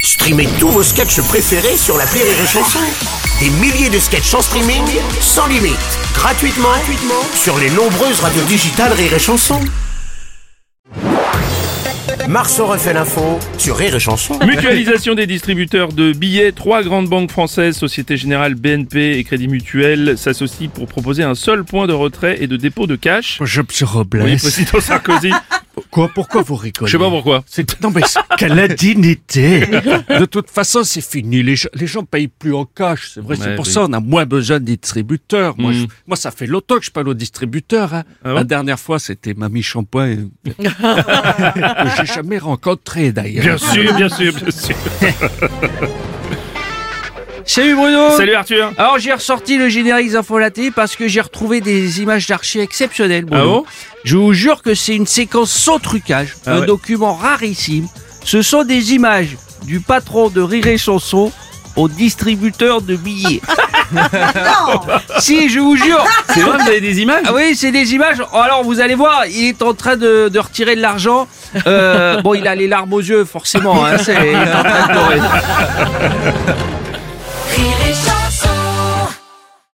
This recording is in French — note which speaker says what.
Speaker 1: Streamez tous vos sketchs préférés sur la Rire et Chanson. Des milliers de sketchs en streaming, sans limite, gratuitement, gratuitement sur les nombreuses radios digitales Rire et Chanson. Marceau refait l'info sur Rire et Chanson.
Speaker 2: Mutualisation des distributeurs de billets. Trois grandes banques françaises, Société Générale, BNP et Crédit Mutuel, s'associent pour proposer un seul point de retrait et de dépôt de cash.
Speaker 3: Je suis Robles.
Speaker 2: Oui, président Sarkozy.
Speaker 3: Quoi, pourquoi vous rigolez
Speaker 2: Je sais pas pourquoi.
Speaker 3: C'est- Non mais c'est- quelle indignité De toute façon, c'est fini. Les gens, les gens payent plus en cash. C'est vrai,
Speaker 2: Ouais,
Speaker 3: c'est pour
Speaker 2: oui.
Speaker 3: ça on a moins besoin de distributeurs. Moi,
Speaker 2: Mm.
Speaker 3: je- moi, ça fait longtemps que je parle aux distributeurs. hein.
Speaker 2: Ah bon
Speaker 3: La dernière fois, c'était Mamie Shampoing. euh, que j'ai jamais rencontré
Speaker 2: Bien
Speaker 3: d'ailleurs.
Speaker 2: sûr, bien sûr, bien sûr.
Speaker 3: Salut Bruno
Speaker 2: Salut Arthur.
Speaker 3: Alors j'ai ressorti le générique d'infolaté parce que j'ai retrouvé des images d'archi exceptionnelles. Bruno.
Speaker 2: Ah bon
Speaker 3: Je vous jure que c'est une séquence sans trucage,
Speaker 2: Ah
Speaker 3: un
Speaker 2: ouais.
Speaker 3: document rarissime. Ce sont des images du patron de Rire et Chanson au distributeur de billets. si, je vous jure
Speaker 2: C'est vrai, vous avez des images
Speaker 3: ah oui, c'est des images. Alors vous allez voir, il est en train de, de retirer de l'argent. Euh, bon, il a les larmes aux yeux, forcément. hein, c'est- il est en train de pleurer.
Speaker 4: Rire et